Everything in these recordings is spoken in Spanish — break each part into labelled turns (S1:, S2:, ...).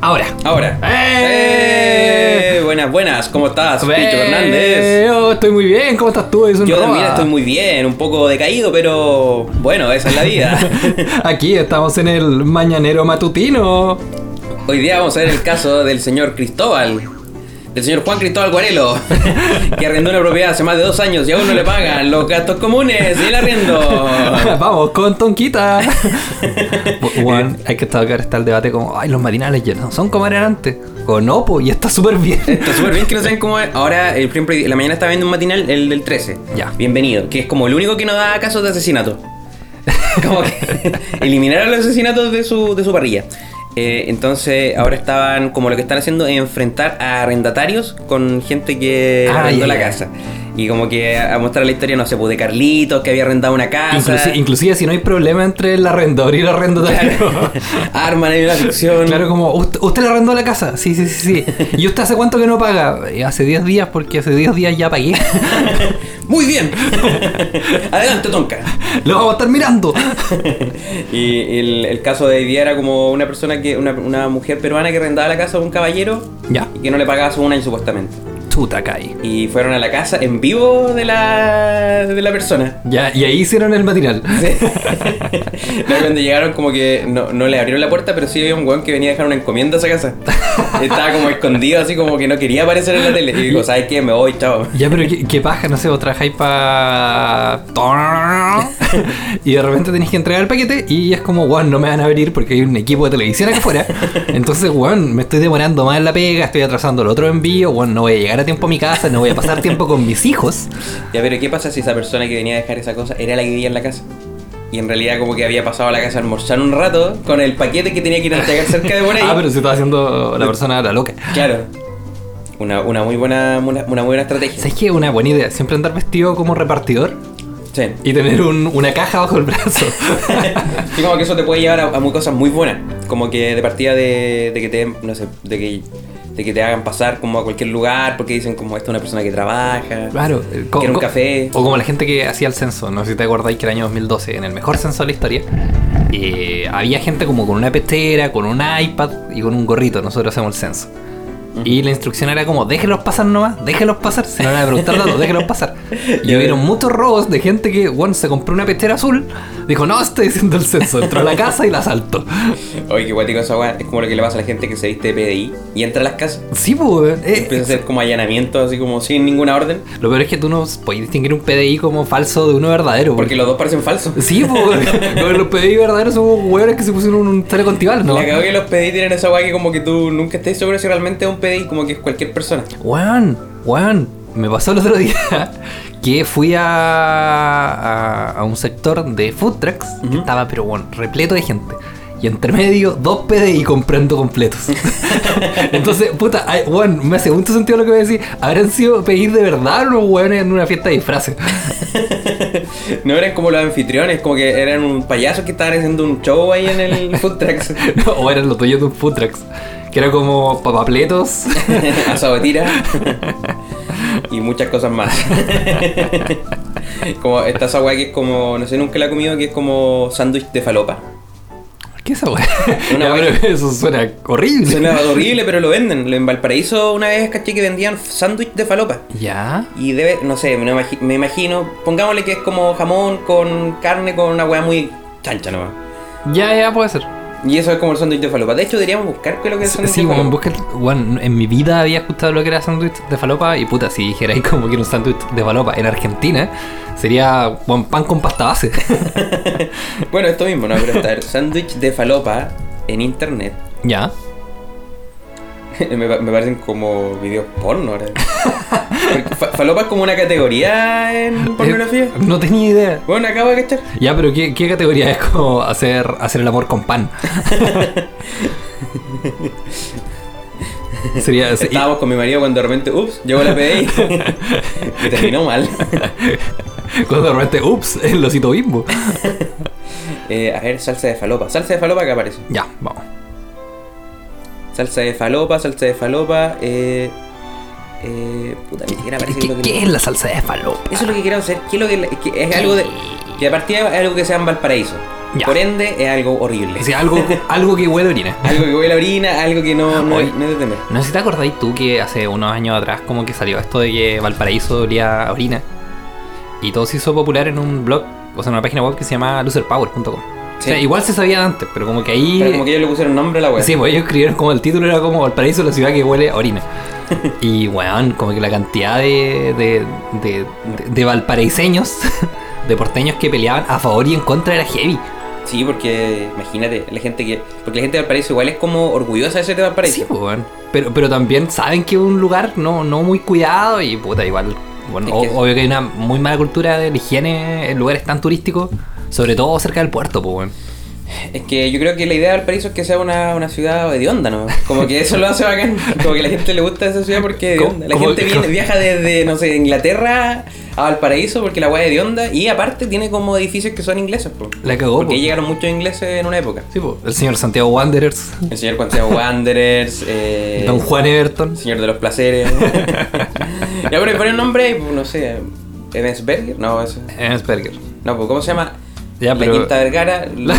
S1: Ahora.
S2: Ahora.
S1: ¡Eh!
S2: ¡Eh! Buenas, buenas. ¿Cómo estás, Picho
S1: Eh,
S2: Fernández?
S1: oh, estoy muy bien. ¿Cómo estás tú, Edison
S2: Yo
S1: Roa?
S2: también estoy muy bien, un poco decaído, pero bueno, esa es la vida.
S1: Aquí estamos en el mañanero matutino.
S2: Hoy día vamos a ver el caso del señor Cristóbal. Del señor Juan Cristóbal Guarelo, que arrendó una propiedad hace más de dos años y aún no le pagan los gastos comunes y el arriendo.
S1: Vamos con Tonquita. Bu- Juan, hay que estar está el debate como, ay, los matinales ya no son como eran antes. O no, pues, y está súper bien.
S2: Está súper bien que no saben cómo es. Ahora, el, siempre, la mañana estaba viendo un matinal, el del 13.
S1: Ya.
S2: Bienvenido, que es como el único que no da casos de asesinato. Como que eliminaron los asesinatos de su, de su parrilla. Eh, entonces, ahora estaban como lo que están haciendo es enfrentar a arrendatarios con gente que
S1: Ah,
S2: arrendó
S1: ya,
S2: la
S1: ya.
S2: casa. Y como que a mostrar la historia, no sé, pues de Carlitos que había arrendado una casa.
S1: Inclusi- inclusive si no hay problema entre el arrendador y el arrendatario.
S2: Claro. Arman ahí una ficción.
S1: Claro, como, ¿usted, usted le arrendó la casa? Sí, sí, sí, sí. ¿Y usted hace cuánto que no paga? "Eh, Hace 10 días, porque hace 10 días ya pagué.
S2: Muy bien. Adelante, Tonka.
S1: Lo vamos a estar mirando.
S2: Y el, el caso de hoy día era como una persona que, una, una mujer peruana que rentaba la casa de un caballero
S1: Ya.
S2: y que no le pagaba hace un año supuestamente.
S1: Chuta, Kai.
S2: Y fueron a la casa en vivo de la, de la persona.
S1: Ya, y ahí hicieron el matinal.
S2: No, cuando llegaron como que no, no le abrieron la puerta, pero sí había un weón que venía a dejar una encomienda a esa casa. Estaba como escondido, así como que no quería aparecer en la tele. Y digo, ¿sabes qué? Me voy, chao.
S1: Ya, pero qué, qué paja, no sé, vos trabajáis para. y de repente tenés que entregar el paquete y es como, weón, no me van a abrir porque hay un equipo de televisión acá afuera. Entonces, weón, me estoy demorando más en la pega, estoy atrasando el otro envío, weón, no voy a llegar a tiempo a mi casa, no voy a pasar tiempo con mis hijos.
S2: Ya, pero ¿qué pasa si esa persona que venía a dejar esa cosa era la que vivía en la casa? Y en realidad como que había pasado a la casa a almorzar un rato con el paquete que tenía que ir a entregar cerca de por ahí.
S1: Ah, pero se estaba haciendo la persona la loca.
S2: Claro. Una, una muy buena una, una muy buena estrategia.
S1: ¿Sabes qué? Una buena idea, siempre andar vestido como repartidor
S2: Sí.
S1: y tener un- una caja bajo el brazo.
S2: Sí, como que eso te puede llevar a, a muy cosas muy buenas. Como que de partida de, de que te den, no sé, de que, de que te hagan pasar como a cualquier lugar porque dicen como esta es una persona que trabaja.
S1: Claro, eh, co-
S2: Quiero
S1: co-
S2: un café.
S1: O como la gente que hacía el censo, no sé si te acordáis que el año 2012, en el mejor censo de la historia, eh, había gente como con una pestera, con un iPad y con un gorrito. Nosotros hacemos el censo. Y la instrucción era como, déjenlos pasar nomás, déjenlos pasar, se no van a preguntar datos, déjenlos pasar. Y
S2: Ya.
S1: hubieron muchos robos de gente que, bueno, se compró una pestera azul, dijo, no, estoy haciendo el censo, entró a la casa y la asaltó.
S2: Oye, qué guático esa weá. Es como lo que le pasa a la gente que se viste de PDI y entra a las casas.
S1: Sí, pues,
S2: y
S1: eh,
S2: Empieza a hacer como allanamientos así como sin ninguna orden.
S1: lo peor es que tú no puedes distinguir un PDI como falso de uno verdadero.
S2: Porque los dos parecen falsos.
S1: Sí, pues los PDI verdaderos somos hueones que se pusieron un tele con tibal, ¿no?
S2: La cago que los PDI tienen esa weá que como que tú nunca estés seguro si realmente es un PDI, como que es cualquier persona.
S1: Weón, weón, me pasó el otro día que fui a, a, a un sector de food trucks que
S2: Ujú.
S1: estaba, pero bueno, repleto de gente. Y entre medio, dos PDI comprando completos. Entonces, puta, ay, weón, me hace mucho sentido lo que voy a decir. ¿Habrán sido PDI de verdad unos weones en una fiesta de disfraces?
S2: No eran como los anfitriones, como que eran un payaso que estaban haciendo un show ahí en el food trucks.
S1: o eran los tuyos de un food trucks. Que era como papapletos.
S2: Asado de tira. y muchas cosas más. como esta esa weá que es como, no sé, nunca la he comido, que es como sándwich de falopa.
S1: ¿Qué es esa weá?
S2: Una
S1: Ya,
S2: weá
S1: pero Eso suena horrible.
S2: Suena horrible, pero lo venden. En Valparaíso una vez caché que vendían sándwich de falopa.
S1: Ya.
S2: Y debe, no sé, me, imagi- me imagino, pongámosle que es como jamón con carne con una weá muy chancha nomás.
S1: Ya, ya puede ser.
S2: Y eso es como el sándwich de falopa. De hecho, deberíamos buscar qué es lo que es el sándwich
S1: Sí,
S2: de
S1: weón, busca
S2: falopa.
S1: el- weón, en mi vida había escuchado lo que era sándwich de falopa y puta, si dijerais como que era un sándwich de falopa en Argentina, sería weón, pan con pasta base.
S2: Bueno, esto mismo, ¿no? Pero está el sándwich de falopa en internet.
S1: ya.
S2: me, pa- me parecen como videos porno ahora. Porque fa- falopa es como una categoría en pornografía.
S1: Eh, no tenía idea.
S2: Bueno, acabo de cachar.
S1: Ya, pero ¿qué, qué categoría es como hacer, hacer el amor con pan? sería. se-
S2: Estábamos con mi marido cuando de repente, ups, llegó la PDI. y terminó mal.
S1: y cuando de repente, ups, el osito bimbo.
S2: Eh, a ver, salsa de falopa. Salsa de falopa que aparece.
S1: Ya, vamos.
S2: Salsa de falopa, salsa de falopa. Eh, eh, puta, ni siquiera aparece
S1: ¿Qué,
S2: lo que-
S1: qué es la salsa de falopa?
S2: Eso es lo que quiero hacer. ¿Qué es lo que, que es algo de. Que a partir es algo que sea en Valparaíso.
S1: Ya.
S2: Por ende, es algo horrible.
S1: O sea, algo, algo que huele a orina.
S2: Algo que huele a orina, algo que no, no, no
S1: Oye.
S2: es de temer.
S1: No sé si te acordáis tú que hace unos años atrás como que salió esto de que Valparaíso olía a orina. Y todo se hizo popular en un blog, o sea, en una página web que se llama loserpower.com. O sea,
S2: Sí.
S1: igual se sabía antes, pero como que ahí...
S2: Pero como que ellos le pusieron nombre a la web.
S1: Sí, pues ellos escribieron como el título era como Valparaíso, la ciudad que huele a orina. y weón, como que la cantidad de, de, de, de- de valparaíseños, de porteños que peleaban a favor y en contra era heavy.
S2: Sí, porque imagínate, la gente que. Porque la gente de Valparaíso igual es como orgullosa de ser de Valparaíso.
S1: Sí, pues, weón. Pero, pero también saben que es un lugar no, no muy cuidado y puta, igual. Bueno,
S2: Es
S1: o-
S2: que-
S1: obvio que hay una muy mala cultura de la higiene en lugares tan turísticos, sobre todo cerca del puerto, pues, weón.
S2: Es que yo creo que la idea de Valparaíso es que sea una, una ciudad hedionda, ¿no? Como que eso lo hace bacán. Como que la gente le gusta esa ciudad porque es
S1: ¿Cómo-
S2: hedionda. La
S1: cómo-
S2: gente viene-
S1: cómo?
S2: viaja desde, no sé, Inglaterra a Valparaíso porque la hueá es hedionda. Y aparte tiene como edificios que son ingleses, po.
S1: La cagó,
S2: Porque
S1: po.
S2: llegaron muchos ingleses en una época.
S1: Sí, pues. El señor Santiago Wanderers,
S2: El señor Santiago Wanderers, eh,
S1: Don Juan Everton.
S2: el señor de los placeres. ya, pero poner un nombre, ahí, pues, no sé, Evansberger, no, eso.
S1: Evansberger.
S2: No, pues, ¿cómo se llama?
S1: Ya,
S2: la
S1: pero-
S2: Quinta Vergara. la-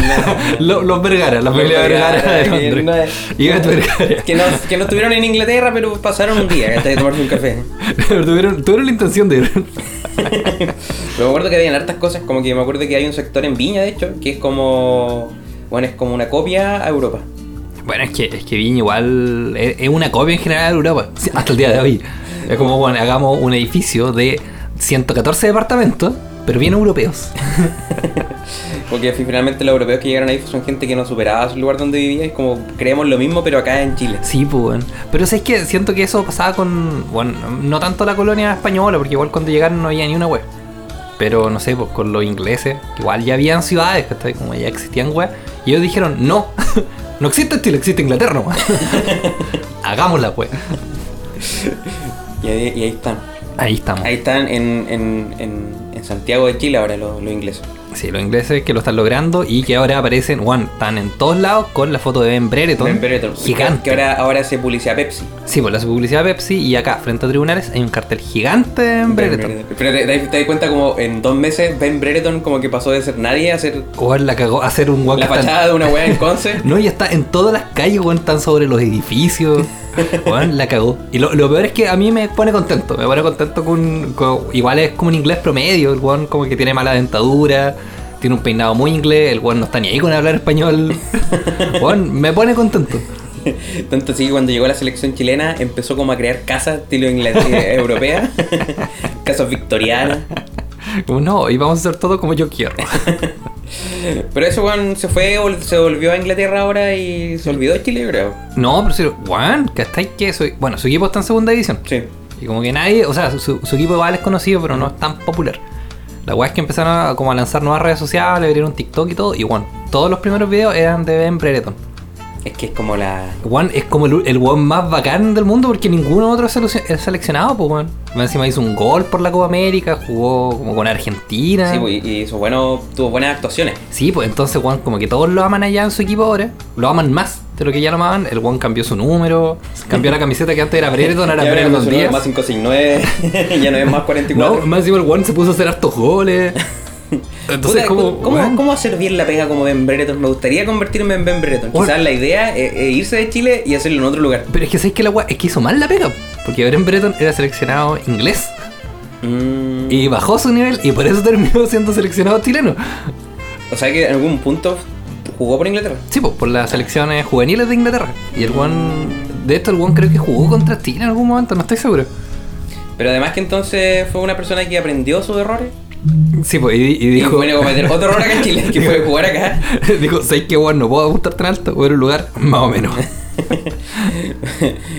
S1: Lo- los Vergara, la
S2: Los
S1: familia Vergara, de
S2: que
S1: Londres.
S2: no-
S1: Y Iván Vergara.
S2: Que no, que no estuvieron en Inglaterra, pero pasaron un día antes de tomarse un café.
S1: Pero tuvieron, tuvieron la intención de ir.
S2: Pero me acuerdo que habían hartas cosas, como que me acuerdo que hay un sector en Viña, de hecho, que es como. Bueno, es como una copia a Europa.
S1: Bueno, es que, es que Viña igual es, es una copia en general de Europa, sí, hasta el día de hoy. Es como, bueno, hagamos un edificio de 114 departamentos, pero bien europeos.
S2: Porque finalmente los europeos que llegaron ahí son gente que no superaba su lugar donde vivía y como creemos lo mismo, pero acá en Chile.
S1: Sí, pues, bueno. Pero ¿sabes que siento que eso pasaba con, bueno, no tanto la colonia española, porque igual cuando llegaron no había ni una web. Pero no sé, pues con los ingleses, que igual ya habían ciudades, ¿cachai? Como ya existían web. Y ellos dijeron, no, no existe Chile, existe Inglaterra nomás. Hagamos la web.
S2: Y ahí, y ahí están.
S1: Ahí estamos.
S2: Ahí están en, en- en- en Santiago de Chile ahora los, los ingleses.
S1: Sí, los ingleses que lo están logrando y que ahora aparecen, Juan, están en todos lados con la foto de Ben Brereton.
S2: Ben Brereton.
S1: Gigante.
S2: Que ahora, ahora se publicita Pepsi.
S1: Sí, por la publicidad de Pepsi y acá, frente a tribunales, hay un cartel gigante de Ben Brereton.
S2: Pero te, te- te das cuenta como en dos meses Ben Brereton como que pasó de ser nadie a ser
S1: Juan la cagó hacer un guan
S2: la
S1: que está en-
S2: fachada de una weá en Conce.
S1: No, ya está en todas las calles, Juan, están sobre los edificios. Juan la cagó. Y lo, lo peor es que a mí me pone contento. Me pone contento con. con- igual es como un inglés promedio. El Juan como que tiene mala dentadura. Tiene un peinado muy inglés. El Juan no está ni ahí con hablar español. Juan, me pone contento.
S2: Tanto así que cuando llegó la selección chilena empezó como a crear casas estilo inglés, eh, europea, casas victorianas.
S1: Como, Pues No, y vamos a hacer todo como yo quiero.
S2: Pero eso weón se fue, vol- se volvió a Inglaterra ahora y se olvidó de Chile, yo creo.
S1: No, pero si, Juan, ¿cachai que soy? Bueno, su equipo está en segunda división.
S2: Sí.
S1: Y como que nadie, o sea, su, su equipo igual es conocido, pero no es tan popular. La weá es que empezaron a, como a lanzar nuevas redes sociales, abrieron TikTok y todo. Y Juan, todos los primeros videos eran de Ben Brereton.
S2: Es que es como la.
S1: Juan es como el, el weón más bacán del mundo porque ninguno otro es selu- es seleccionado, pues Juan. Encima hizo un gol por la Copa América, jugó como con Argentina.
S2: Sí, pues, y y eso bueno, tuvo buenas actuaciones.
S1: Sí, pues entonces, Juan, como que todos lo aman allá en su equipo ahora. Lo aman más de lo que ya lo amaban. El Juan cambió su número, cambió la camiseta que antes era Brereton, ahora
S2: Ya ahora
S1: Brereton
S2: su
S1: 10.
S2: número Más 569, ya no es más 44.
S1: No, más encima el Juan se puso a hacer hartos goles. Entonces,
S2: Puta,
S1: como.
S2: ¿cómo,
S1: Juan,
S2: cómo hacer bien la pega como Ben Brereton? Me gustaría convertirme en Ben Brereton.
S1: Bueno.
S2: Quizás la idea es, es irse de Chile y hacerlo en otro lugar.
S1: Pero es que sabéis que la Juan es que hizo mal la pega. Porque Bren Breton era seleccionado inglés
S2: Mm,
S1: y bajó su nivel y por eso terminó siendo seleccionado chileno.
S2: O sea que en algún punto jugó por Inglaterra.
S1: Sí, pues por las selecciones juveniles de Inglaterra. Y el Juan. De esto, el Juan creo que jugó contra Chile en algún momento, no estoy seguro.
S2: Pero además que entonces fue una persona que aprendió sus errores
S1: Sí, pues, y, y
S2: y
S1: dijo.
S2: fue a cometer otro error acá en Chile, que fue jugar acá.
S1: Dijo, ¿sabes qué, weón? No puedo gustar tan alto, voy a ir a un lugar más o menos.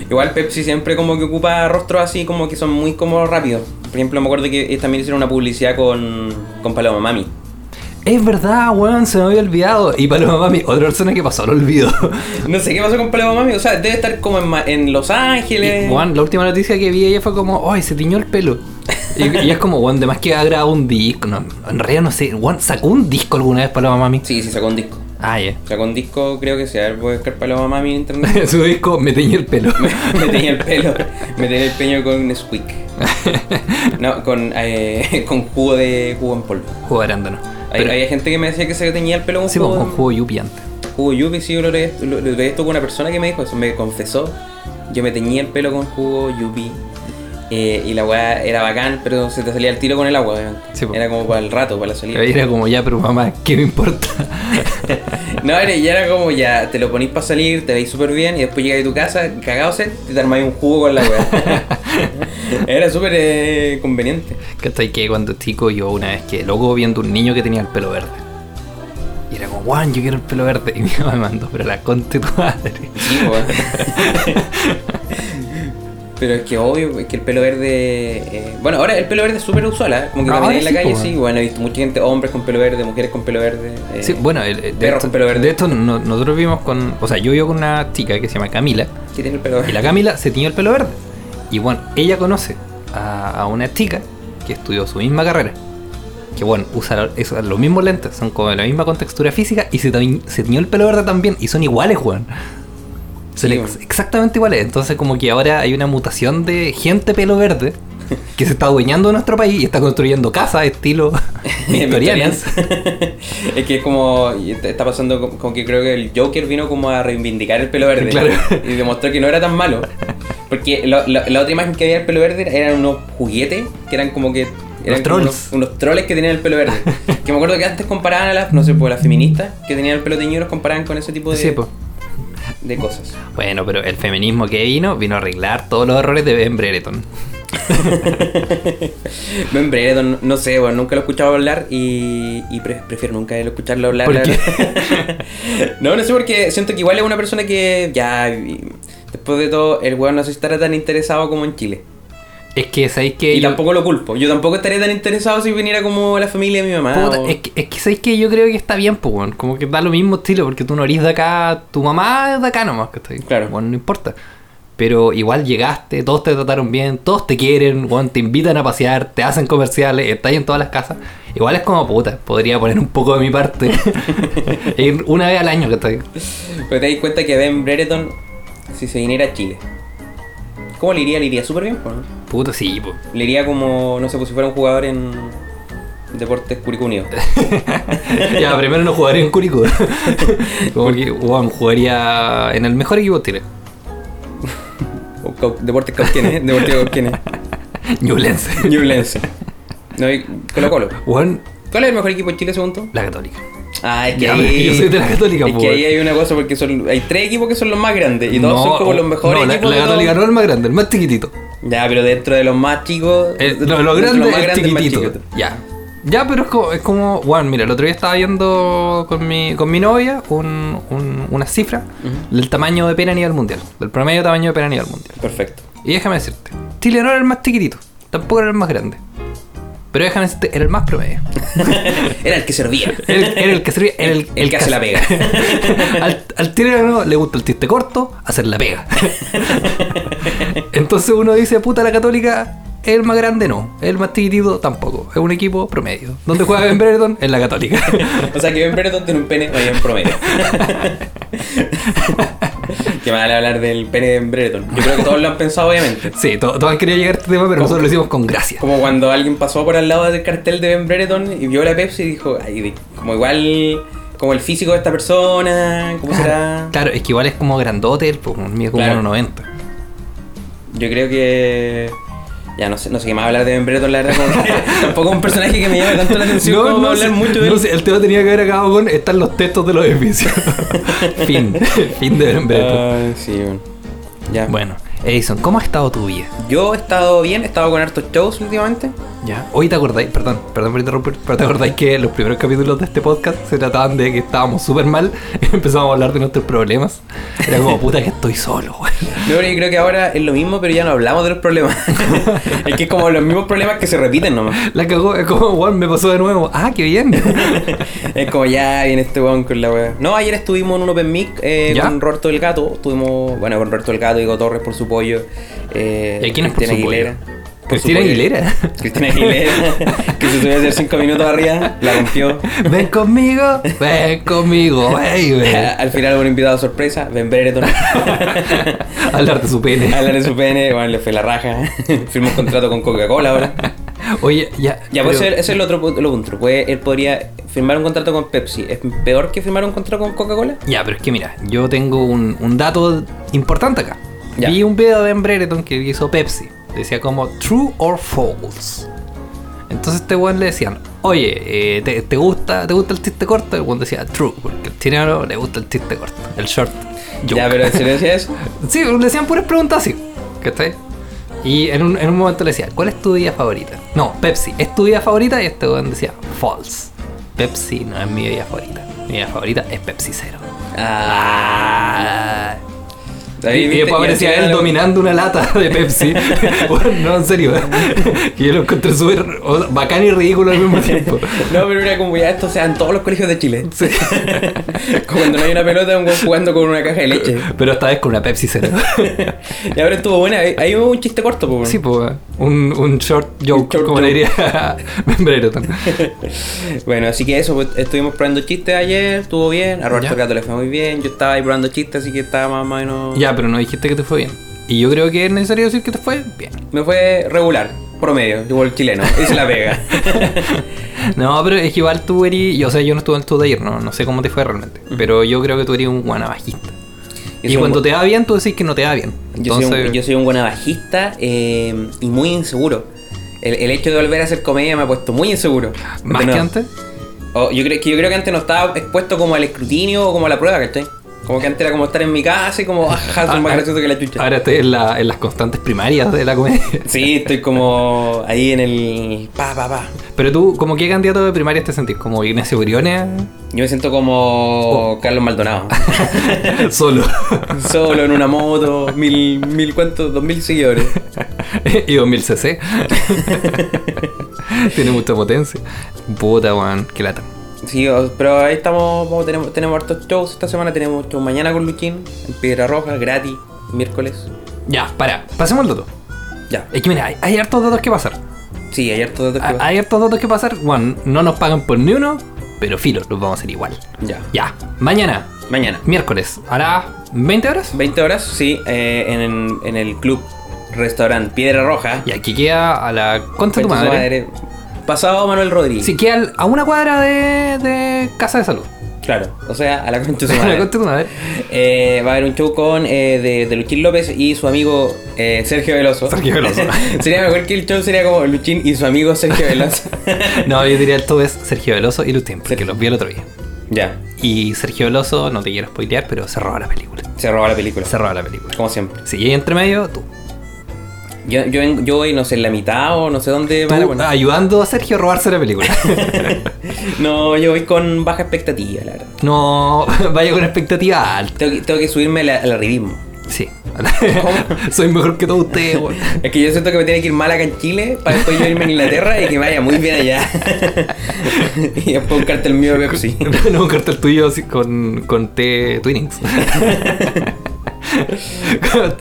S2: Igual Pepsi siempre como que ocupa rostros así como que son muy como rápidos. Por ejemplo, me acuerdo que también hicieron una publicidad con, con Paloma Mami.
S1: es verdad, weón, se me había olvidado. Y Paloma Mami, otra persona que pasó, lo olvido.
S2: No sé qué pasó con Paloma Mami, o sea, debe estar como en, Ma- en Los
S1: Y,
S2: Ángeles.
S1: Juan, la última noticia que vi de ella fue como, ¡ay, se tiñó el pelo! Y, y es como, Juan, de más que ha grabado un disco. No, en realidad no sé, Juan, ¿sacó un disco alguna vez Paloma Mami?
S2: Sí, sí, sacó un disco.
S1: Ah, ya.
S2: Sacó un disco, creo que sea. A ver, voy a buscar para la mamá mi internet.
S1: Su disco me teñí el pelo.
S2: me tenía el pelo. Me tenía el peño con Nesquik. No, con, eh, con jugo de jugo en polvo.
S1: Jugo de arándano.
S2: Hay,
S1: Pero-
S2: hay gente que me decía que se teñía el pelo con
S1: sí,
S2: jugo.
S1: pues, con jugo yupi antes.
S2: Jugo Yupi, sí, yo lo leí, esto- lo, lo leí esto con una persona que me dijo eso, me confesó. Yo me teñía el pelo con jugo Yupi. eh, y la weá era bacán, pero se te salía el tiro con el agua, obviamente.
S1: Sí, po.
S2: Era como para el rato, para la salida.
S1: Era como ya, pero mamá, ¿qué me importa?
S2: No, era, ya era como ya, te lo ponís para salir, te veis súper bien y después llegáis a tu casa, cagado sed, y te armáis un jugo con la weá. era súper eh, conveniente.
S1: que estoy que cuando chico yo una vez que loco viendo un niño que tenía el pelo verde. Y era como, guau, yo quiero el pelo verde. Y mi mamá me mandó, pero la conte tu madre.
S2: Sí, po. Pero es que obvio, es que el pelo verde. eh, bueno, ahora el pelo verde es súper usual, ¿ah? Como que
S1: Ahora
S2: camináis en la
S1: sí,
S2: calle,
S1: po.
S2: sí. Bueno, he visto mucha gente, hombres con pelo verde, mujeres con pelo verde. eh,
S1: Sí, bueno, el- el- de,
S2: perros
S1: esto,
S2: con pelo verde.
S1: de esto no- nosotros vimos con, o sea, yo vivo con una chica que se llama Camila.
S2: ¿Qué tiene el pelo
S1: Y
S2: verde?
S1: la Camila se tiñó el pelo verde. Y bueno, ella conoce a, a una chica que estudió su misma carrera. Que bueno, usa eso- los mismos lentes, son como de la misma contextura física y se, teñ- se tiñó el pelo verde también. Y son iguales, weón. Son
S2: Sí,
S1: ex-
S2: weón.
S1: exactamente iguales. Entonces como que ahora hay una mutación de gente pelo verde que se está adueñando de nuestro país y está construyendo casas estilo victorianas.
S2: es que es como. y está- Está pasando como como que creo que el Joker vino como a reivindicar el pelo verde.
S1: Claro.
S2: Y demostró que no era tan malo. Porque lo- lo- la otra imagen que había del pelo verde eran unos juguetes que eran como que. Eran
S1: Los
S2: como
S1: trolls.
S2: Unos, unos troles que tenían el pelo verde. que me acuerdo que antes comparaban a las, no sé, pues las feministas que tenían el pelo teñido los comparaban con ese tipo de,
S1: Sí, pues. po.
S2: de cosas.
S1: Bueno, pero el feminismo que vino, vino a arreglar todos los errores de Ben Brereton.
S2: Ben Brereton, no sé, bueno, nunca lo he escuchado hablar y, y pre- prefiero nunca escucharlo hablar.
S1: ¿Por
S2: la
S1: qué?
S2: verdad. no, no sé, porque siento que igual es una persona que ya, y- después de todo, el weón no se estará tan interesado como en Chile.
S1: Es que sabéis que...
S2: Y
S1: Eh, yo-
S2: tampoco lo culpo. Yo tampoco estaría tan interesado si viniera como la familia de mi mamá.
S1: Puta,
S2: Ah, o-
S1: es, que, es que sabéis que yo creo que está bien, pues, weón. Como que da lo mismo estilo, porque tú no eres de acá, tu mamá es de acá nomás, que
S2: Claro.
S1: no importa. Pero igual llegaste, todos te trataron bien, todos te quieren, weón, te invitan a pasear, te hacen comerciales, estás en todas las casas. Igual es como puta, podría poner un poco de mi parte. E ir una vez al año, que
S2: Pero te das cuenta que Ben Brereton, si se viniera a Chile, ¿cómo le iría? Le iría súper bien, po, ¿no?
S1: Puta, sí, pues.
S2: Le iría como, no sé, pues si fuera un jugador en Deportes Curicó Unido.
S1: ya, primero no jugaría en Curicó. Como que, weón, jugaría en el mejor equipo de Chile.
S2: O Cau- Deportes Cauquenes, Deportes Cauquenes.
S1: Ñublense.
S2: Ñublense. No, y Colo Colo.
S1: Weón,
S2: ¿Cuál es el mejor equipo de Chile según tú?
S1: la católica.
S2: Ah, es que
S1: Ya,
S2: ahí...
S1: yo soy de la Católica,
S2: Es
S1: po,
S2: que
S1: weón.
S2: ahí hay una cosa porque son, hay tres equipos que son los más grandes y todos son como los mejores
S1: no, la-
S2: equipos
S1: La,
S2: de todos.
S1: Católica no es el más grande, el más chiquitito.
S2: Ya, pero dentro de los más chicos...
S1: El-
S2: dentro
S1: Eh, no,
S2: de
S1: lo
S2: los
S1: grande
S2: más
S1: es
S2: grandes, el más
S1: chiquitito.
S2: chiquito.
S1: Ya. Ya, pero es como, es como, bueno, mira, el otro día estaba viendo con mi, con mi novia un, un- una cifra del tamaño de pena a nivel mundial, del promedio de tamaño de pena a nivel mundial.
S2: Perfecto.
S1: Y déjame decirte, Chile no era el más chiquitito, tampoco era el más grande, pero déjame decirte, era el más promedio.
S2: Era el que servía.
S1: Era el, era el que servía, era el,
S2: El que hace la pega.
S1: al, al tirano le gusta el chiste corto, hacer la pega. Entonces uno dice, puta la católica, es el más grande no, es el más chiquitito tampoco, es un equipo promedio. ¿Dónde juega Ben Brereton? En la católica.
S2: O sea que Ben Brereton tiene un pene ahí en promedio. Qué mal hablar del pene de Ben Brereton. Yo creo que todos lo han pensado, obviamente.
S1: Sí, to- todos querían llegar a este tema, pero nosotros lo hicimos con gracia.
S2: Como cuando alguien pasó por al lado del cartel de Ben Brereton y vio la Pepsi y dijo, "Ay, de- como igual, como el físico de esta persona, ¿cómo será?
S1: Claro, es que igual es como grandote, él, pues, mide como
S2: Claro.
S1: 1,90.
S2: Yo creo que... Ya no sé, no sé qué más hablar de Ben Brereton, la verdad. como que tampoco es un personaje que me llame tanto la atención como para hablar
S1: sé,
S2: mucho de
S1: no
S2: él.
S1: sé, el tema tenía que haber acabado con están los textos de los edificios. fin, fin de Ben Brereton.
S2: Ay, Ah, sí, bueno. Ya.
S1: Bueno, Edison, ¿cómo ha estado tu vida?
S2: Yo he estado bien, he estado con hartos shows últimamente.
S1: Ya. Hoy te acordáis, perdón, perdón por interrumpir, pero te acordáis que los primeros capítulos de este podcast se trataban de que estábamos súper mal y empezamos a hablar de nuestros problemas. Era como, puta, que estoy solo, güey.
S2: No, pero yo creo que ahora es lo mismo, pero ya no hablamos de los problemas. es que es como los mismos problemas que se repiten nomás.
S1: La cagó, es como, güey, me pasó de nuevo. Ah, qué bien.
S2: Es como ya viene este weón con la weá. No, ayer estuvimos en un Open Mic eh,
S1: ¿Ya?
S2: con Roberto del Gato. Estuvimos, bueno, con Roberto del Gato, Diego Torres por su pollo. Eh,
S1: ¿Y quién es por
S2: Cristina
S1: su pollo?
S2: Aguilera.
S1: Cristina
S2: supuesto.
S1: Aguilera.
S2: Cristina Aguilera, que se subió a hacer 5 minutos arriba, la rompió.
S1: Ven conmigo, ven conmigo, baby.
S2: Eh, Al final hubo un invitado sorpresa, Ben Brereton.
S1: Hablar de su pene.
S2: Alan de su pene, bueno, le fue la raja. Firmó un contrato con Coca-Cola ahora.
S1: Oye, ya. pero-
S2: Ya, pues ese es el otro pu- lo punto. Pues él podría firmar un contrato con Pepsi. ¿Es peor que firmar un contrato con Coca-Cola?
S1: Ya, pero es que mira, yo tengo un, un dato importante acá.
S2: Ya.
S1: Vi un video de Ben Brereton que hizo Pepsi. Decía como true or false. Entonces este weón le decían, oye, eh, ¿te, te gusta, ¿te gusta el chiste corto? El weón decía true, porque al chileno le gusta el chiste corto, el short.
S2: Ya,
S1: joke.
S2: pero si le decía eso.
S1: Sí, le decían puras preguntas así. ¿Cachai? Y en un, en un momento le decía, ¿cuál es tu vida favorita? No, Pepsi, ¿es tu vida favorita? Y este weón decía, false. Pepsi no es mi vida favorita. Mi vida favorita es Pepsi Cero. Ah.
S2: Ahí,
S1: Y, y
S2: ¿viste?
S1: después
S2: Y
S1: aparecía
S2: al
S1: él
S2: final-
S1: dominando una lata de Pepsi. Bueno, no, en serio. que yo lo encontré súper o sea, bacán y ridículo al mismo tiempo.
S2: No, pero era como ya esto sea en todos los colegios de Chile.
S1: Sí.
S2: Como cuando no hay una pelota, un güey jugando con una caja de leche.
S1: Pero esta vez con una Pepsi cero.
S2: Y ahora estuvo buena. Ahí ahí hubo un chiste corto, pues.
S1: sí, pues, un, un short joke,
S2: short
S1: como le
S2: joke.
S1: diría Brereton.
S2: Bueno, así que eso, pues, estuvimos probando chistes ayer, estuvo bien. A Roberto
S1: Ya.
S2: Gato le fue muy bien. Yo estaba ahí probando chistes, así que estaba más o menos.
S1: Ya, pero no dijiste que te fue bien. Y yo creo que es necesario decir que te fue bien.
S2: Me fue regular, promedio, igual chileno. Hice la pega.
S1: No, pero es que igual tú eres. Yo, o sea, yo no estuve en tu taller, no, no sé cómo te fue realmente. Pero yo creo que tú eres un guanabajista.
S2: Yo
S1: Y,
S2: soy
S1: cuando
S2: un-
S1: te va bien, tú decís que no te va bien.
S2: Yo soy,
S1: Entonces-
S2: un, yo soy un guanabajista eh, y muy inseguro. El, el hecho de volver a hacer comedia me ha puesto muy inseguro.
S1: ¿Más
S2: De
S1: que
S2: nuevo.
S1: antes?
S2: O yo, creo, que yo creo que antes no estaba expuesto como al escrutinio o como a la prueba, ¿cachai? Como que antes era como estar en mi casa y como, ajá, soy más
S1: Ah,
S2: gracioso que la chucha.
S1: Ahora estoy en, la- en las constantes primarias de la comedia.
S2: Sí, estoy como ahí en el. Pa, pa, pa.
S1: Pero tú, ¿como qué candidato de primarias te sentís? ¿Como Ignacio Briones?
S2: Yo me siento como
S1: Oh.
S2: Carlos Maldonado.
S1: Solo.
S2: Solo en una moto, mil, mil cuantos, dos mil seguidores.
S1: y 2000cc. Tiene mucha potencia. Puta, weón, qué lata.
S2: Sí, o- pero ahí estamos, vamos, tenemos, tenemos hartos shows esta semana, tenemos show mañana con Luchín, en Piedra Roja, gratis, miércoles.
S1: Ya, para. Pasemos al dato.
S2: Ya.
S1: Es que mira, hay, hay hartos datos que pasar.
S2: Sí, hay hartos datos que
S1: Ha- Hay hartos datos que pasar. Bueno, no nos pagan por ni uno, pero filo, los vamos a hacer igual.
S2: Ya.
S1: Ya, mañana,
S2: Mañana.
S1: miércoles, a las 20 horas.
S2: 20 horas, sí, eh, en, en el club restaurante Piedra Roja.
S1: Y aquí queda a la contra de tu
S2: Concha
S1: madre.
S2: su Pasado Manuel Rodríguez.
S1: Sí, queda al- a una cuadra de, de Casa de Salud.
S2: Claro, o sea, a la concha de
S1: A
S2: su
S1: la
S2: madre.
S1: contra de tu madre.
S2: Eh, va a haber un show con eh, de, de Luchín López y su amigo eh, Sergio Veloso.
S1: Sergio Veloso.
S2: sería mejor que el show sería como Luchín y su amigo Sergio Veloso.
S1: No, yo diría esto es Sergio Veloso y Lutín, porque
S2: Sergio.
S1: los vi el otro día.
S2: ya,
S1: Y Sergio Veloso, no te quiero spoilear, pero se roba la película.
S2: se roba la película.
S1: Se roba la película.
S2: Como siempre.
S1: Si y entre medio, tú.
S2: Yo, yo, en- yo voy, no sé, en la mitad o no sé dónde
S1: Tú Ah.
S2: van a poner.
S1: ayudando a Sergio a robarse la película.
S2: No, yo voy con baja expectativa, la verdad.
S1: no, vaya con expectativa alta.
S2: Tengo que, tengo que subirme al, al arribismo.
S1: Sí. Soy mejor que todos ustedes, weón.
S2: Es que yo siento que me tiene que ir mal acá en Chile para después yo irme a Inglaterra y que me vaya muy bien allá. y después buscarte el mío pues de Pepsi.
S1: No, un cartel tuyo así con, con té Twinings.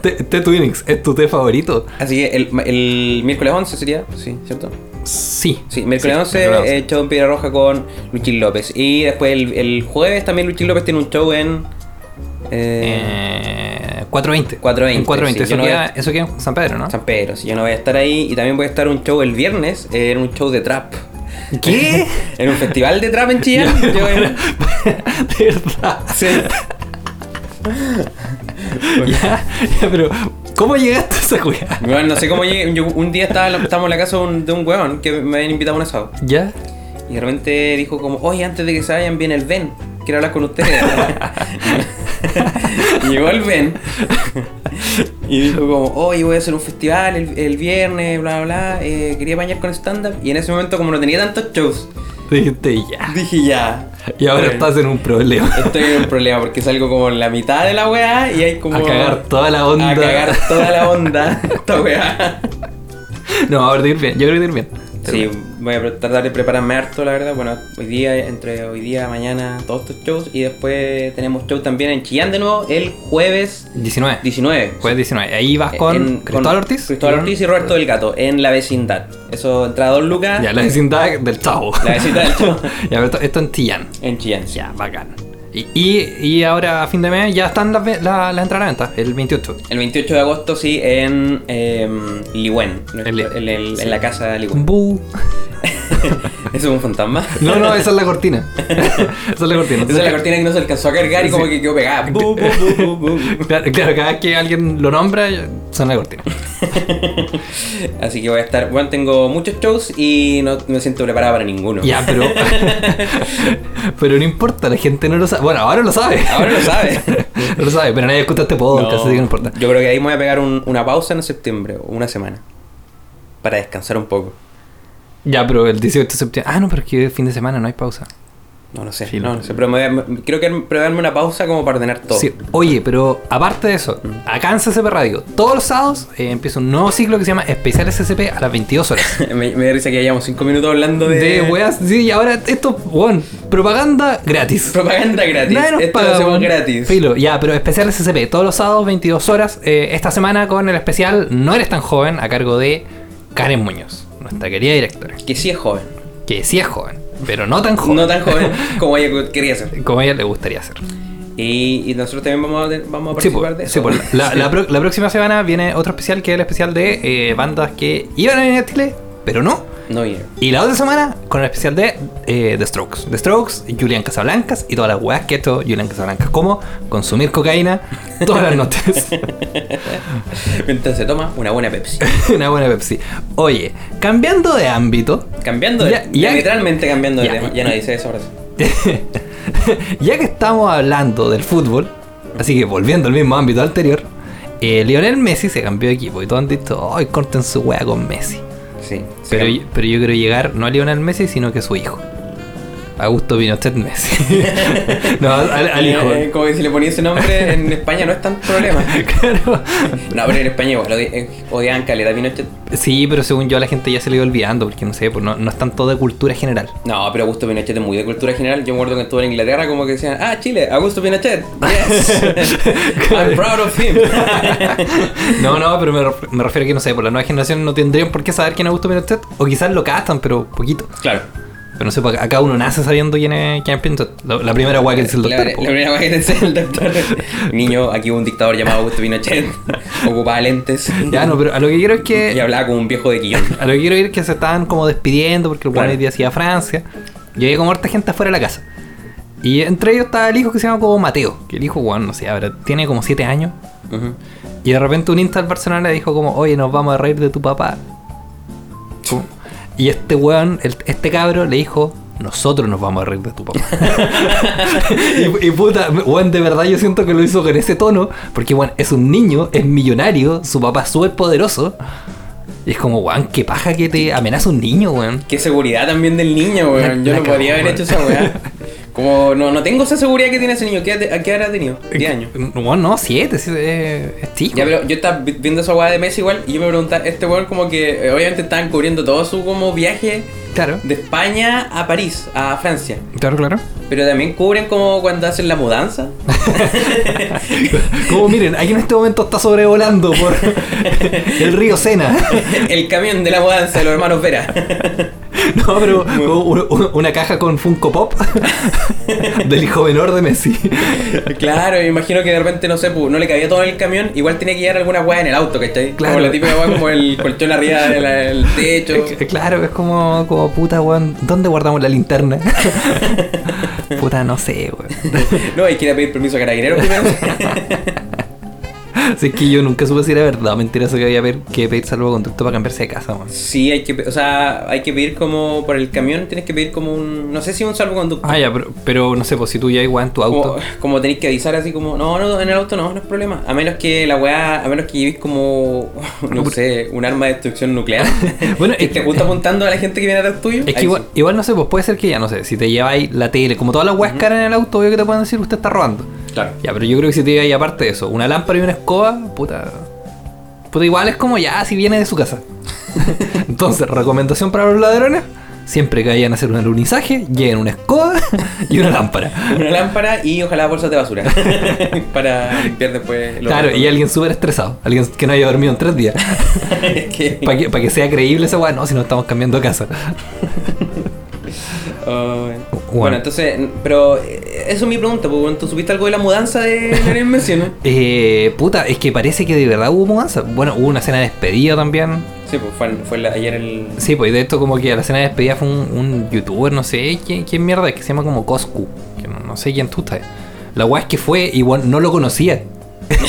S1: té, té Twinings, ¿es tu té favorito?
S2: Así que el, el miércoles 11 sería, sí, ¿cierto?
S1: Sí.
S2: Sí, eh, miércoles
S1: Sí,
S2: 11
S1: miércoles
S2: he show en Piedra Roja con Luchín López. Y después el, el jueves también Luchín López tiene un show en. eh,
S1: Eh, 420.
S2: 420,
S1: En 420.
S2: sí,
S1: eso,
S2: yo no
S1: queda,
S2: voy
S1: eso queda en San Pedro, ¿no?
S2: San Pedro, si yo no voy a estar ahí. Y también voy a estar un show el viernes, eh, en un show de trap.
S1: ¿Qué?
S2: en un festival de trap en Chillán. yo voy a-
S1: De verdad.
S2: Sí.
S1: Ya, ya, pero ¿cómo llegaste a esa weá?
S2: Bueno, no sé cómo llegué. Yo un día estaba, en la- estábamos en la casa de un- de un weón que me habían invitado a un asado.
S1: ¿Ya?
S2: Y de repente dijo como, oye, antes de que se vayan viene el Ben, quiero hablar con ustedes. Y Llegó el Ben y dijo como, oye, voy a hacer un festival el, el viernes, bla, bla, bla, eh, quería bañar con stand-up. Y en ese momento, como no tenía tantos shows,
S1: Dijiste ya.
S2: dije ya.
S1: Y ahora
S2: bueno,
S1: estás en un problema.
S2: Estoy en un problema porque salgo como en la mitad de la weá y hay como...
S1: A cagar toda la onda.
S2: A cagar toda la onda, esta weá.
S1: No, a ver, de ir bien. Yo creo que de ir bien. interesante.
S2: Sí,
S1: weón.
S2: voy a pre- tratar de prepararme harto, la verdad. Bueno, hoy día, entre hoy día, mañana, todos estos shows. Y después tenemos show también en Chillán de nuevo el jueves
S1: 19.
S2: 19.
S1: Jueves 19. Ahí vas con
S2: Eh, En-
S1: Cristóbal Ortiz.
S2: Cristóbal Ortiz y Roberto del Gato en la vecindad. Eso entra dos lucas.
S1: Ya, la vecindad del Chavo.
S2: La vecindad del Chavo.
S1: ya, pero esto, esto en Tillán.
S2: En Chillán.
S1: Ya, bacán. Y, y, y ahora a fin de mes ya están las ve- la- las entradas a la venta, el 28.
S2: El 28 de agosto, sí, en em, Ligüen. nuestro-
S1: En Li-
S2: en el- En la casa de Ligüen.
S1: Bu.
S2: ¿Eso es un fantasma?
S1: No, no, esa es la cortina. esa es la cortina.
S2: Esa es la cortina que no se alcanzó a cargar y como
S1: Sí.
S2: que quedó pegada. Bu, bu, bu, bu, bu.
S1: Claro, claro, cada vez que alguien lo nombra, son la cortina.
S2: Así que voy a estar. Bueno, tengo muchos shows y no me siento preparada para ninguno.
S1: Ya, pero. pero no importa, la gente no lo sabe. Bueno, ahora lo sabe.
S2: Ahora lo sabe.
S1: No lo sabe, pero nadie escucha este podcast,
S2: No,
S1: así que no importa.
S2: Yo creo que ahí me voy a pegar un- una pausa en septiembre, una semana. Para descansar un poco.
S1: Ya, pero el 18 de septiembre. Ah, no, pero es que es fin de semana, no hay pausa.
S2: No, no sé.
S1: Sí,
S2: no,
S1: lo-
S2: no sé. Pero me voy a- me- creo que prepararme una pausa como para ordenar todo. Mm.
S1: Sí, oye, pero aparte de eso, acá en CCP Radio, todos los sábados eh, empieza un nuevo ciclo que se llama Especiales CCP a las 22 horas.
S2: me, me da risa que llevamos cinco minutos hablando de.
S1: De weas, sí, y ahora esto, weón, propaganda gratis.
S2: Propaganda gratis.
S1: Nadie nos
S2: Esto
S1: paga,
S2: lo hacemos
S1: weón.
S2: gratis.
S1: Filo, ya, pero especial SCP, todos los sábados, 22 horas. eh, esta semana con el especial No Eres Tan Joven, a cargo de Karen Muñoz, nuestra querida directora.
S2: Que sí es joven.
S1: Que sí es joven, pero no tan joven.
S2: No tan joven como ella quería ser.
S1: Como a ella le gustaría ser.
S2: Y, y nosotros también vamos a, vamos a
S1: Sí,
S2: participar
S1: pues,
S2: de eso.
S1: sí, pues, la, la pro- la próxima semana viene otro especial que es el especial de eh, bandas que iban a venir a Chile, pero no.
S2: No,
S1: Y
S2: ya.
S1: pues, la otra semana con el especial de eh, The Strokes. The Strokes, Julian Casablancas y todas las weas que esto, Julian Casablancas, como consumir cocaína todas las noches.
S2: Mientras se toma una buena Pepsi.
S1: Una buena Pepsi. Oye, cambiando de ámbito,
S2: Cambiando de
S1: Ya, ya-
S2: literalmente cambiando de
S1: ya.
S2: tema. Ya no dice eso ahora sí.
S1: ya que estamos hablando del fútbol, así que volviendo al mismo ámbito anterior, eh, Lionel Messi se cambió de equipo y todos han dicho, ay, corten su wea con Messi.
S2: Sí. se
S1: Pero,
S2: cambia.
S1: yo- pero yo quiero llegar no a Lionel Messi, sino que a su hijo. Augusto Pinochet Messi. no, al, al- al hijo.
S2: Eh, como que si le ponía ese nombre en España no es tan problema.
S1: Claro.
S2: No, pero en España igual odi- eh, odiaban caleta a Pinochet.
S1: Sí, pero según yo a la gente ya se le iba olvidando, porque no sé, pues no, no es tanto de cultura general.
S2: No, pero Augusto Pinochet es muy de cultura general. Yo me acuerdo que estuve en Inglaterra como que decían, ah, Chile, Augusto Pinochet. Yes. I'm proud of him.
S1: No, no, pero me, ref- me refiero a que no sé, por la nueva generación no tendrían por qué saber quién es Augusto Pinochet, o quizás lo castan, pero poquito.
S2: claro.
S1: Pero no sé, porque acá uno nace sabiendo quién es, quién es Pinochet. La, la primera guay que dice el
S2: La,
S1: doctor.
S2: la
S1: po.
S2: primera vez que te enseña el doctor. Niño, aquí hubo un dictador llamado Augusto Pinochet. Ocupaba lentes.
S1: Ya, no, pero a lo que quiero es
S2: Y
S1: que.
S2: hablaba como un viejo de quillón.
S1: A lo que quiero ir es que se estaban como despidiendo porque el
S2: Claro.
S1: guay hoy día hacía Francia. Y había como harta gente afuera de la casa. Y entre ellos estaba el hijo que se llama como Mateo. Que el hijo, guay, no sé, ahora tiene como 7 años.
S2: Ujú.
S1: Y de repente un insta al Barcelona le dijo como, oye, nos vamos a reír de tu papá. Como- Y este weón, el- este cabro le dijo, nosotros nos vamos a reír de tu papá. y, y puta, weón, de verdad yo siento que lo hizo con ese tono, porque weón, es un niño, es millonario, su papá es súper poderoso. Y es como, weón, qué paja que te amenaza un niño, weón.
S2: Qué seguridad también del niño, weón. Yo
S1: la
S2: no
S1: cagó,
S2: podría haber
S1: weón.
S2: hecho esa weá. Como, no, no tengo esa seguridad que tiene ese niño. ¿Qué, edad- ¿A qué edad ha tenido? 10 años.
S1: Weón, no, siete, sí, eh, es chico.
S2: Ya, pero yo estaba vi- viendo esa weá de Messi igual y yo me preguntaba, este weón como que eh, obviamente estaban cubriendo todo su como viaje
S1: Claro,
S2: de España a París, a Francia.
S1: claro, claro.
S2: Pero también cubren como cuando hacen la mudanza.
S1: Como miren, aquí en este momento está sobrevolando por el río Sena.
S2: El camión de la mudanza de los hermanos Vera.
S1: No, pero como u- u- una caja con Funko Pop del hijo menor de Messi.
S2: Claro, me imagino que de repente, no sé, pu, no le cabía todo en el camión, igual tenía que llevar alguna weá en el auto, ¿cachai?
S1: Claro.
S2: Como la típica weá como el colchón arriba de la- del techo.
S1: Eh, Claro, es como, como puta, weón. ¿Dónde guardamos la linterna? Puta, no sé, weón.
S2: No, hay que ir a pedir permiso a carabineros primero.
S1: Así que yo nunca supe si era verdad o mentira eso que había pe- que pedir salvoconducto para cambiarse de casa, weón.
S2: sí, hay que, pe- o sea, hay que pedir como por el camión, tienes que pedir como un, no sé si un salvoconducto.
S1: Ah, ya, pero, pero no sé, pues si tú ya igual en tu auto.
S2: Como, como tenéis que avisar así como, no, no, en el auto no, no es problema. A menos que la weá, a menos que lleves como, no sé, un arma de destrucción nuclear.
S1: Bueno,
S2: bueno,
S1: es
S2: que te
S1: que-
S2: justo apuntando a la gente que viene atrás tuyo.
S1: Es que
S2: ahí
S1: igual,
S2: sí.
S1: igual no sé, pues puede ser que ya, no sé, si te lleváis la tele, como todas las weas caras en el auto, obvio que te pueden decir usted está robando.
S2: Claro.
S1: Ya, pero yo creo que si te lleváis aparte de eso, una lámpara y una escoba, puta. Puta, igual es como ya si viene de su casa. Entonces, recomendación para los ladrones. Siempre que vayan a hacer un alunizaje, lleguen una escoba y una lámpara.
S2: Una lámpara y ojalá bolsas de basura. para limpiar después los
S1: Claro,
S2: restos.
S1: y alguien súper estresado, alguien que no haya dormido en tres días.
S2: Es que-
S1: Para que, pa' que sea creíble esa weá, no, si no estamos cambiando casa.
S2: Oh, bueno.
S1: Bueno.
S2: entonces, pero eh, eso es mi pregunta, porque bueno, tú supiste algo de la mudanza de Lionel Messi, ¿no?
S1: Eh, puta, es que parece que de verdad hubo mudanza. Bueno, hubo una cena de despedida también.
S2: Sí, pues fue, fue la- ayer el...
S1: Sí, pues de esto como que a la cena de despedida fue un, un youtuber, no sé quién, quién mierda, que se llama como Coscu, que no, no sé quién tú estás. La weá es que fue y weón, no lo conocía.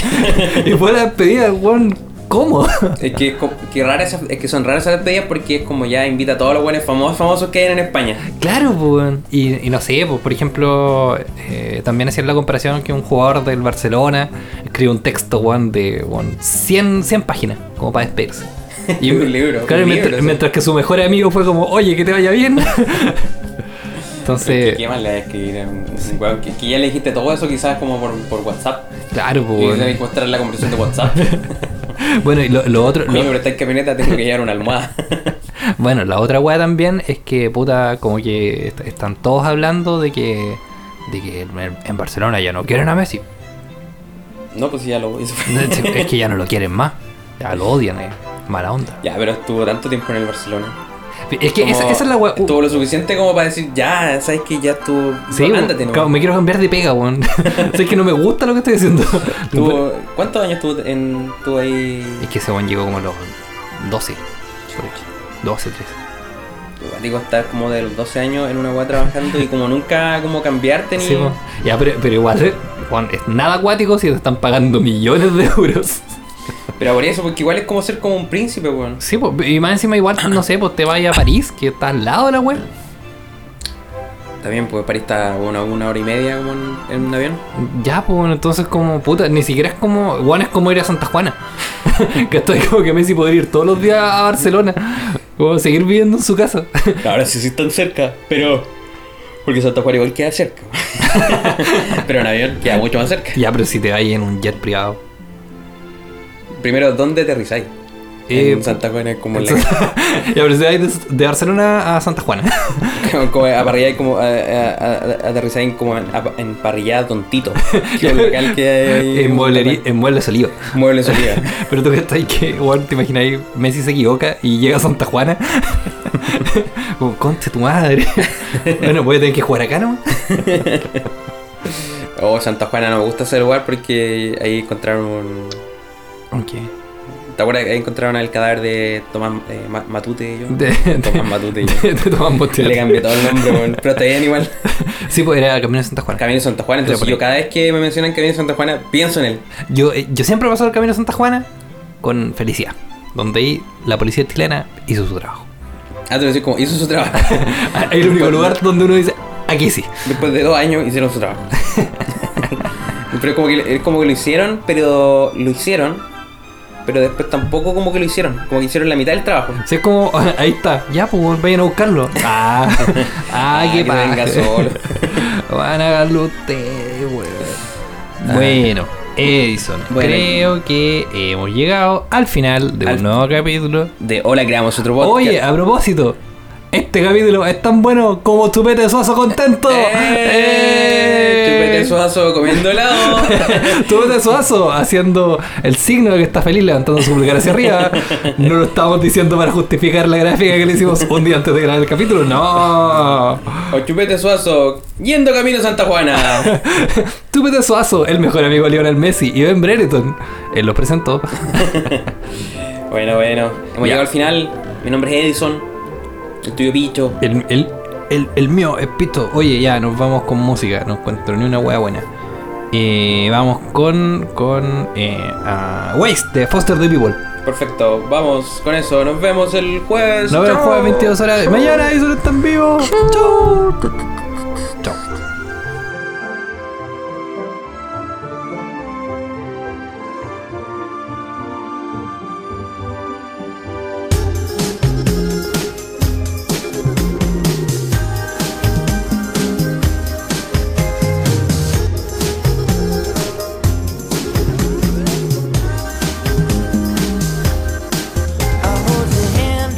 S1: y fue la despedida, weón, ¿cómo?
S2: Es que, es co- que rara esa- es que son raras esas despedidas porque es como ya invita a todos los buenos famosos, famosos que hay en España.
S1: claro, pues. weón. Y, y no sé, pues por ejemplo, eh, también hacían la comparación que un jugador del Barcelona escribió un texto, weón, de weón, 100, 100 páginas, como para despedirse.
S2: Un libro,
S1: Claro,
S2: un
S1: mientras,
S2: libro, sí.
S1: mientras que su mejor amigo fue como, oye, que te vaya bien.
S2: Que
S1: Entonces...
S2: ¿Qué más le va a escribir a un- un weón que, que ya le dijiste todo eso quizás como por, por WhatsApp?
S1: Claro, pues.
S2: Y
S1: weón.
S2: debes mostrar la conversación de WhatsApp.
S1: Bueno, y lo, lo otro. lo-
S2: Oye, pero está en camioneta, tengo que llevar una almohada.
S1: bueno, la otra weá también es que, puta, como que est- están todos hablando de que. de que en- en Barcelona ya no quieren a Messi.
S2: no, pues sí, ya lo... eso fue.
S1: Es que ya no lo quieren más. Ya lo odian, eh. Mala onda.
S2: Ya, pero estuvo tanto tiempo en el Barcelona.
S1: Es que esa,
S2: Como
S1: esa es la weá. uh,
S2: Estuvo lo suficiente como para decir, ya, sabes que ya estuvo.
S1: sí,
S2: no,
S1: weón,
S2: ándate, ¿no?
S1: cabrón, me quiero cambiar de pega, weón. Sé que no me gusta lo que estoy haciendo.
S2: Estuvo- ¿Cuántos años estuvo, en, estuvo ahí?
S1: Es que ese weón llegó como a los 12. por ahí, 12, 13.
S2: Digo, estar como de los 12 años en una weá trabajando y como nunca como cambiarte ni.
S1: Sí, po. ya, pero, pero igual, eh, weón, es nada acuático si te están pagando millones de euros.
S2: Pero por eso, porque igual es como ser como un príncipe, weón.
S1: Sí, po, y más encima igual, no sé, pues te vayas a París, que está al lado de la web.
S2: También, pues París está bueno, una hora y media como en, en un avión.
S1: Ya, pues bueno, entonces como puta, ni siquiera es como, Juan es como ir a Santa Juana. que estoy como que Messi podría ir todos los días a Barcelona. Como seguir viviendo en su casa.
S2: Ahora sí, sí están cerca, pero. Porque Santa Juana igual queda cerca. pero en avión queda mucho más cerca.
S1: ya, pero si te vas en un jet privado.
S2: Primero, ¿dónde aterrizáis?
S1: Eh,
S2: en Santa Juana es como la.
S1: ya, pero si te vas de, de Barcelona a Santa Juana.
S2: Como- como aparrillar como a, a- a- aterrizar en como en, a- en parrillada tontito que es el local que hay
S1: en, mueblería- en Muebles Oliva.
S2: muebles Oliva.
S1: Pero tú que estás que, Juan, te imagináis, Messi se equivoca y llega a Santa Juana. Como, conche tu madre. bueno, voy a tener que jugar acá, ¿no?
S2: oh Santa Juana no me gusta ese lugar porque ahí encontraron
S1: Ok.
S2: ¿te acuerdas que ahí encontraron el cadáver de Tomás eh, Ma- Matute y yo?
S1: De-
S2: Tomás Matute y yo
S1: Te, te toman
S2: le
S1: botellas.
S2: cambié todo el nombre weón, pero todavía animal
S1: Sí, pues era Camino de Santa Juana.
S2: Camino de Santa Juana
S1: Pero por
S2: entonces
S1: ahí.
S2: yo cada vez que me mencionan Camino de Santa Juana pienso en él
S1: Yo, eh, yo siempre paso el Camino de Santa Juana con felicidad. Donde ahí la policía chilena hizo su trabajo.
S2: ah te lo decís como hizo su trabajo
S1: Es el único lugar donde uno dice, aquí sí.
S2: Después de dos años hicieron su trabajo. pero como que, es como que lo hicieron, pero lo hicieron. Pero después tampoco como que lo hicieron. Como que hicieron la mitad del trabajo.
S1: Si es como, ahí está, ya, pues vayan a buscarlo. Ah, ah,
S2: Ah,
S1: qué
S2: que te
S1: paja.
S2: venga solo.
S1: Van a agarrarlo ustedes, weón. Bueno, Edison,
S2: Bueno.
S1: creo que hemos llegado al final de
S2: Al-
S1: un nuevo capítulo.
S2: De hola, creamos otro podcast.
S1: Oye, a propósito, este capítulo es tan bueno como Chupete Suazo contento.
S2: ¡Eh!
S1: ¡Eh!
S2: Chupete suazo comiendo helado.
S1: Chupete Suazo haciendo el signo de que está feliz levantando su pulgar hacia arriba. No lo estamos diciendo para justificar la gráfica que le hicimos un día antes de grabar el capítulo, no.
S2: o chupete suazo yendo camino a Santa Juana.
S1: Chupete Suazo, el mejor amigo de Lionel Messi y Ben Brereton. Él los presentó.
S2: bueno, bueno. Hemos
S1: Ya.
S2: llegado al final. Mi nombre es Edison. El tuyo Picho.
S1: El, el, el, el mío es pito. Oye, ya, nos vamos con música. No encuentro ni una hueá buena. Eh, vamos con. con. Eh, a Waste de Foster the People.
S2: Perfecto. Vamos con eso. Nos vemos el jueves.
S1: Nos vemos el
S2: Chao.
S1: jueves 22 horas. de- Mañana eso está en vivo. Chau. Chau.
S3: I hold your hand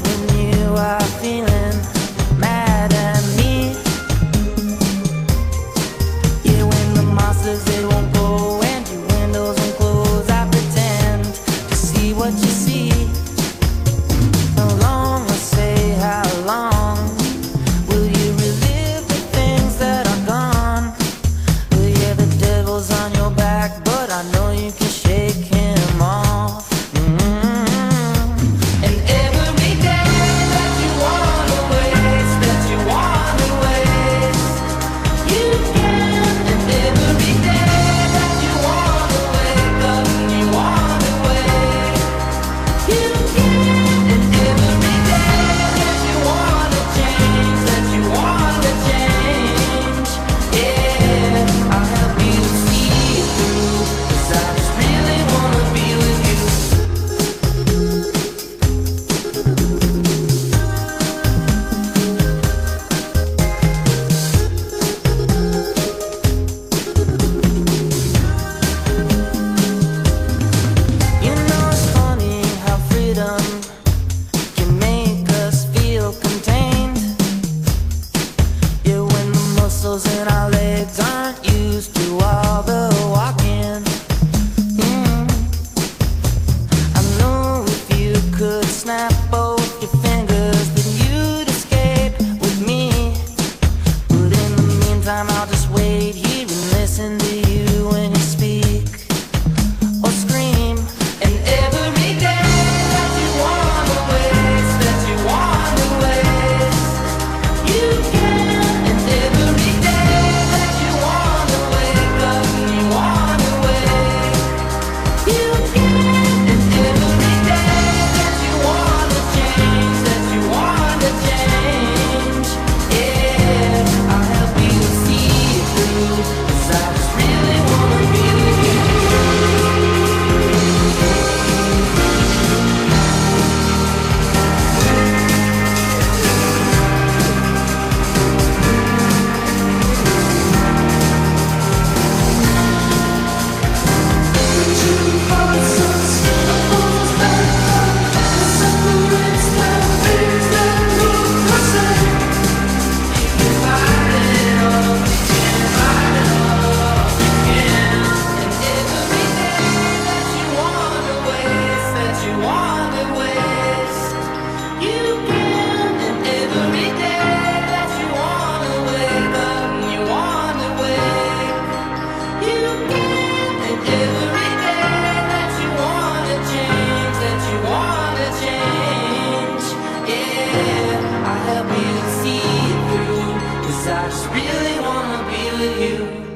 S3: Mm-hmm. I just really wanna be with you.